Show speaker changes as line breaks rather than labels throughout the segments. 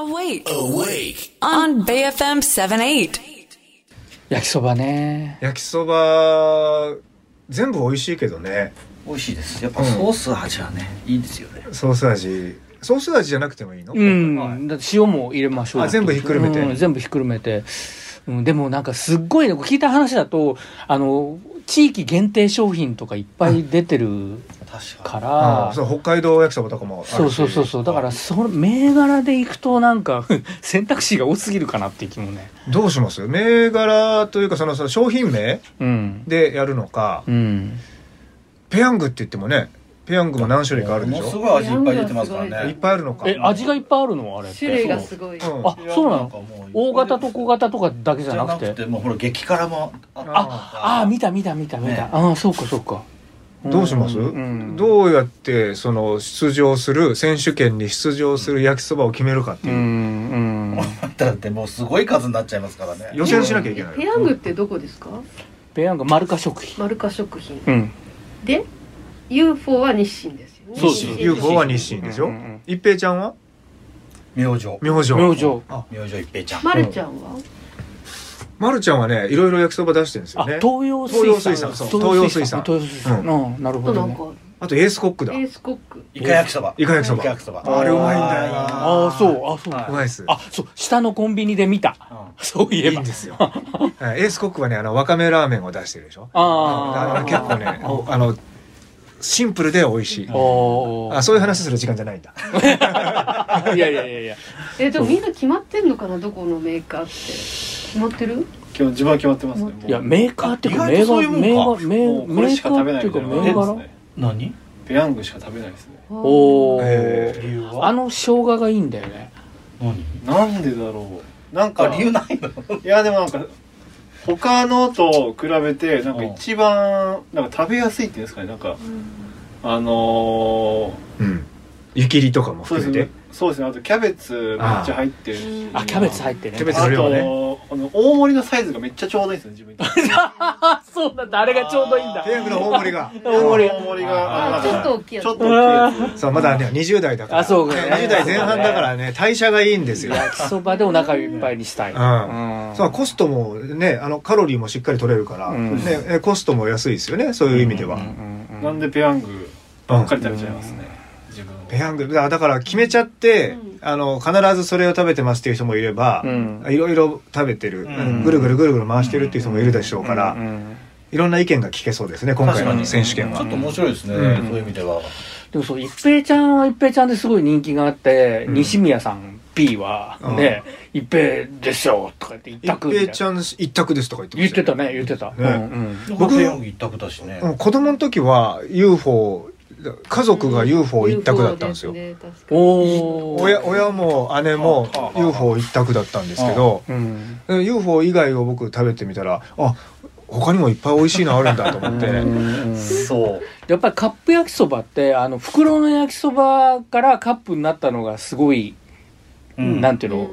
Awake. On BFM 78.
焼きそばね
焼きそば全部美味しいけどね
美味しいですやっぱソース味はね、いいですよね
ソース味ソース味じゃなくてもいいの、
うん、だって塩も入れましょう
あ全部ひっくるめて
うん全部ひっくるめて、うん、でもなんかすっごいね聞いた話だとあの地域限定商品とかいっぱい出てる
確か
から、
うんそう北海道焼きそばとかもあるし
そうそうそうそうだからその銘柄でいくとなんか 選択肢が多すぎるかなっていう気もね
どうします銘柄というかそのその商品名
うん
でやるのか、
うん
ペヤングって言ってもねペヤングも何種類かあるでし
ものす
ょ
ごい味いっぱい出てますから
いっ
ね
ぱいあるのか
え味がいっぱいあるのあれって
種類がすごい。
うん
あそうなの
の
大型と小型とかだけじ
じ
ゃ
ゃ
な
な
くて
くてもうほら激辛も
ああー見た見た見た見た、
ね
ああそうかそうか
どうします、
ん
どうやってその出場する選手権に出場する焼きそばを決めるかって
う
いう、
んうん
だったらってもうすごい数になっちゃいますからね
予選しなきゃいけない
ペヤングってどこですか？
ペヤング丸化食品
マルカ食品。
うん
で、UFO は日清ですよね。
そうです
日清
UFO は日清でしょ、
うんうんうん
一平ちゃんは
明星
明星
明星
あ
明星一平ちゃん
マルちゃんは？
まるちゃんはねいろいろ焼きそば出してるんですよ
あ
ね
東洋水産
東洋水産そう東洋水産
東洋水産
うん
うんなるほ
とな
ど
ん
ね
か
あとエースコックだ
エースコック。
イカ焼きそば
イカ焼きそば
イカ焼きそば
あれうまいんだよな
ああそうあそう
うまいっす
あそう下のコンビニで見たそうい
い
え
い
ば
んですよはいエースコックはねあのわかめラーメンを出してるでしょ
あー
あ結構ねあのシンプルで美味しい
お
あそういう話する時間じゃないんだ
あいやいやいやいや
えでもみんな決まってんのかなどこのメーカーって決まってる？
決ま自分は決まってますねもう
いやメーカーっていうか
あ
銘
意外とそうい
柄
うもんか
銘柄銘
もうこれしか食べ
柄っ
ない
てい
み
う
た
か
いな
銘
のが
柄
ね
何
ペヤングしか食べないですね
おお
へー
理由は
あの生姜がいいんだよね
何
なんでだろうなん
あ
か
理由ないの
いやでもなんか他のと比べてなんか一番なんか食べやすいっていうんですかねなんかあの
うん湯切りとかも
ー、そうで
含
す
めて
ねそうですねあとキャベツめっちゃ入ってるし
あキャベツ入ってね
キャベツ
あ
の
と
量ね
あの大盛りのサイズがめっちゃちょうどいいんですね自分にとって
あそうなんだあれがちょうどいいんだ
ペヤングの大盛りが
大盛り
大盛り
あ
が
あちょっと大きいやつ
ちょっと大きいやつ
そうまだね20代だから
あそうか
ね20代前半だからね代謝がいいんですよ
焼きそばでお腹いっぱいにしたい。
うん
うん
そうコストもねあのカロリーもしっかり取れるから、
うん
ねえコストも安いですよねそういう意味では、
う
うん
んうんうん
なんでペヤングばっかり食べちゃいますね自分
ペヤングだだから決めちゃって、
うん
あの必ずそれを食べてますっていう人もいれば
う、ん
いろいろ食べてる、
うん
ぐるぐるぐるぐる回してるっていう人もいるでしょうから、
うんうん
いろんな意見が聞けそうですね今回
確か
の
に
選手権
ち
は、
ょっと面白いですね、
うん
そういう意味では
でもそう一平ちゃんは一平ちゃんですごい人気があって、
うん
西宮さん P は
うん
ね、一平でしょとか言って一
一
択みたい
平
な
ちゃん一択ですとか言ってま
言っ
した
て
よ
たね言ってた、
ね
うん
僕
ペヤング一択だしね、
うん子供の時は UFO 家族が UFO 一択だったんですよ、
UFO ね確か
うん、
に
おお
親親も姉も UFO 一択だったんですけど、
うん
で UFO 以外を僕食べてみたらあ他にもいっぱい美味しいのあるんだと思って
うん
そう
やっぱりカップ焼きそばってあの袋の焼きそばからカップになったのがすごい、
うん
なんていうの、
う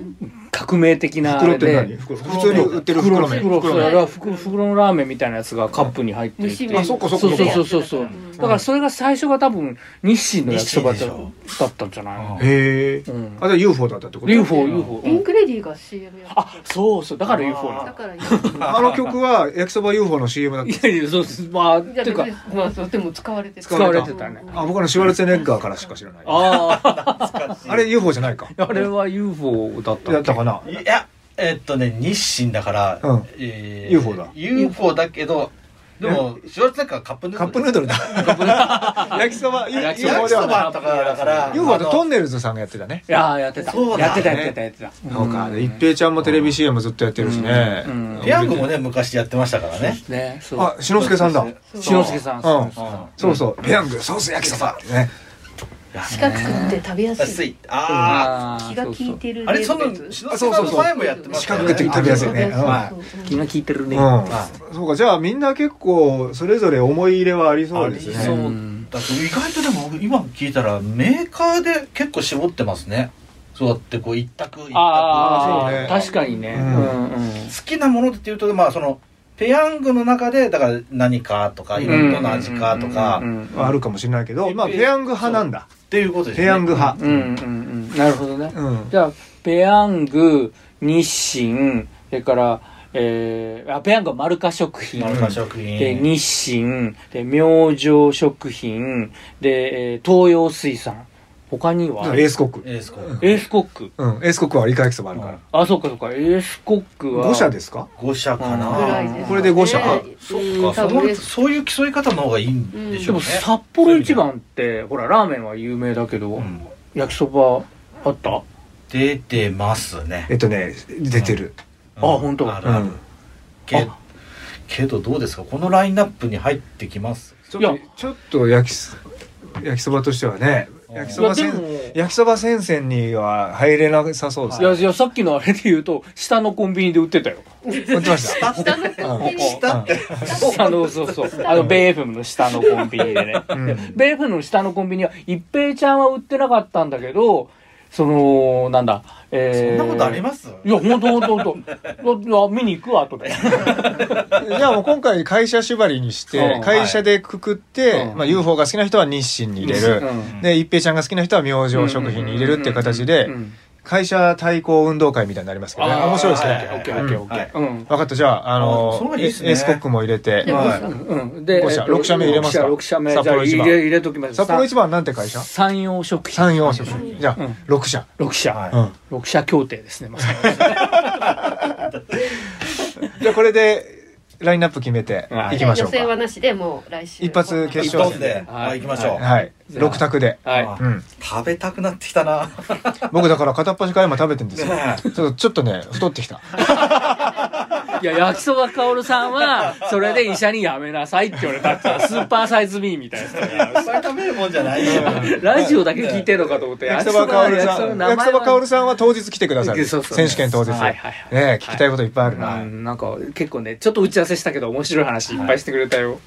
革命的なあれ
袋って
で
何袋普通に売ってる袋麺
袋
袋
袋袋
麺
袋袋のラーメンみたいなやつがカップに入ってい
蒸して麺
あそっかそっ
そ
かそっ
う
か
そうそうそうそう
う
だ
ん
からそれが最初が多分日清の焼きそばだ
日清
だったんじゃないの
う
へえ
うん
あじゃあ UFO だったってこと
UFO UFO う
ピン
ん
クレディーが CM やってた
あそうそうだから UFO な
だ
んだ
からい
あの曲は焼きそば UFO の CM だっ
いやいやそうですまあて
や
いうか
別にまあそうでも使われてた
使われて
たね
たあ僕はシュワルツェネッガーからしか知らないあ
ああ
れ UFO じゃないか
あれは UFO だった
だったかない
やえっとね日清だから、
うん
え
UFO だ
UFO だけどでもシュワルツェネッガーはカップヌードル
カップヌードルだ焼きそば U-
焼きそば
UFO
焼き
で
そ
はない
ばとかだから
UFO ってト
ん
ンネルズさんがやってたね
いやーやってた
そうだ
やってたやってたやってた
そうかで一平ちゃんもテレビ CM ずっとやってるしね
うんうん
ペヤングもね昔やってましたからね
ねそう
あ志の輔さんだ
志の輔さん
うん
志の輔さん
そうそうペヤングソース焼きそばってね
四角くて食べやす
安
い
いあ
あー
気が利いてる
ああれその
ねってやつ
篠塚さんの前もやってまし
四
た
角
よ
く
ね
て食べやすいね
そうそう
はい
そう
気が利いてるね
うん、そうかじゃあみんな結構それぞれ思い入れはありそうです
ありそう
ね
ん
だって意外とでも今聞いたらメーカーで結構絞ってますねそうやってこう一択一択
あ
そうね
あ確かにねう
う
んんうん
好きなものっていうとまあそのペヤングの中でだから何かとかいろんなの味かとか
うんうん
はあるかもしれないけどまあペヤング派なんだ
っていうことです
ペ
ね
ヤング派
うんうんうんなるほどね
うん
じゃあペヤング、日清、それから、えー、あ、ペヤングは丸化食品。
丸川食品。
で、日清、で、明星食品、で、えー東洋水産。他には、
エ
エ
ースコック。
エースコック。
ースコック。
うん、エースコックは理解基礎もあるから。
あ、そうかそうか、エースコックは。
5社ですか
5社か
うんぐらい
な
で。
これで五社
そっか、そのそういう競い方の方がいいんでし
で
ょう
も
ね。
札幌一番って、ほら、ラーメンは有名だけど、
うん
焼きそばあった、
出てますね。
えっとね、出てる。
あ本当
ある
う
ある
ん。
けけどどうですかこのラインナップに入ってきます
ちょっ
いや
とちょっと焼きそ、焼きそばとしてはね、
うん
焼きそ
いや、
ば
で
戦
も、
焼きそば戦線には入れなさそうです
い
ね
や、。いや、さっきのあれで言うと、下のコンビニで売ってたよ。
持ってました。
下のコンビニ
うん
だって
下の、そうそう。あの、ベーフムの下のコンビニでね。
うん
ベーフムの下のコンビニは、一平ちゃんは売ってなかったんだけど、その、なんだ、
そ
えー、
んなことあります
いや、ほんとほんとほんと。いや見に行くわ、後で。
じゃあもう今回会社縛りにし
う
て
ん、
会社でくくって、
うん
まあ UFO が好きな人は日清に入れる。
うん
で、一平ちゃんが好きな人は明星食品に入れるっていう形で
う、ん
会社対抗運動会みたいになりますけどね。
あー
面白いです
はいオッ
ね。
ケーオッケーオッケー。うん。
分かった。じゃあ、あ
あそ
の、
う
エ
いい
エ
っすね
ースコックも入れて
で、もさ
うん。で、
五社
えっと
六社目入れますか
六社六社目。じゃ
札
あ
幌一
入
番
れ、入れときます。
札幌一番なんて会社
山陽食品。
三洋食品。じゃ
うん
あ、6社。
6社。
は
うん。
6社協定ですね、まさに。
じゃあこれで、ラインナップ決めて
はい
いきましょう
女性は
か。
なしでもう来週
一発決
一
勝
本で、
はい
はい、行きましょう、
はい。
じゃあ
6択で。
はい。
あ
うん。
食べたくなってきたな
僕だから片っ端から今食べてんですよ。
ね
ちょっとちょっとね、太ってきた。
いや、焼きそばかおるさん は、それで医者にやめなさいって言われたってスーパーサイズ B みたいな人が
いっぱい食べるもんじゃないよ
ラジオだけ聞いてるのかと思って、
焼きそばかおるさん。焼きそばかおる
さ
さんは当日来てくださる。
そうそう
選手権当日。
はいはい
ね
はい
え聞きたいこといっぱいあるな。
ん、なんか結構ね、ちょっと打ち合わせしたけど面白い話いっぱいしてくれたよ。